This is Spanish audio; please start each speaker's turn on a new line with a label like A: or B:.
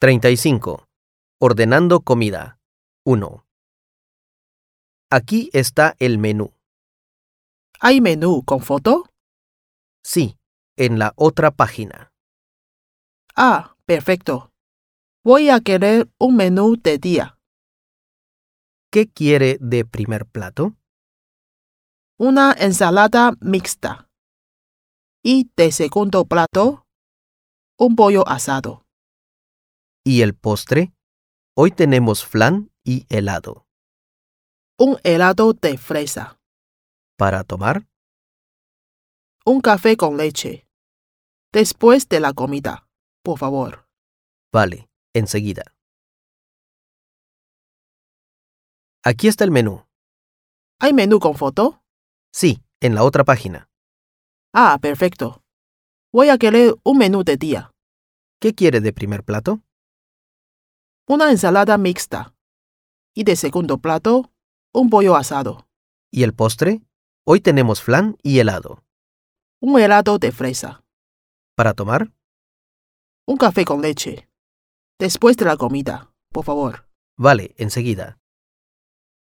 A: 35. Ordenando comida. 1. Aquí está el menú.
B: ¿Hay menú con foto?
A: Sí, en la otra página.
B: Ah, perfecto. Voy a querer un menú de día.
A: ¿Qué quiere de primer plato?
B: Una ensalada mixta. Y de segundo plato, un pollo asado.
A: ¿Y el postre? Hoy tenemos flan y helado.
B: Un helado de fresa.
A: ¿Para tomar?
B: Un café con leche. Después de la comida, por favor.
A: Vale, enseguida. Aquí está el menú.
B: ¿Hay menú con foto?
A: Sí, en la otra página.
B: Ah, perfecto. Voy a querer un menú de día.
A: ¿Qué quiere de primer plato?
B: Una ensalada mixta. Y de segundo plato, un pollo asado.
A: ¿Y el postre? Hoy tenemos flan y helado.
B: Un helado de fresa.
A: ¿Para tomar?
B: Un café con leche. Después de la comida, por favor.
A: Vale, enseguida.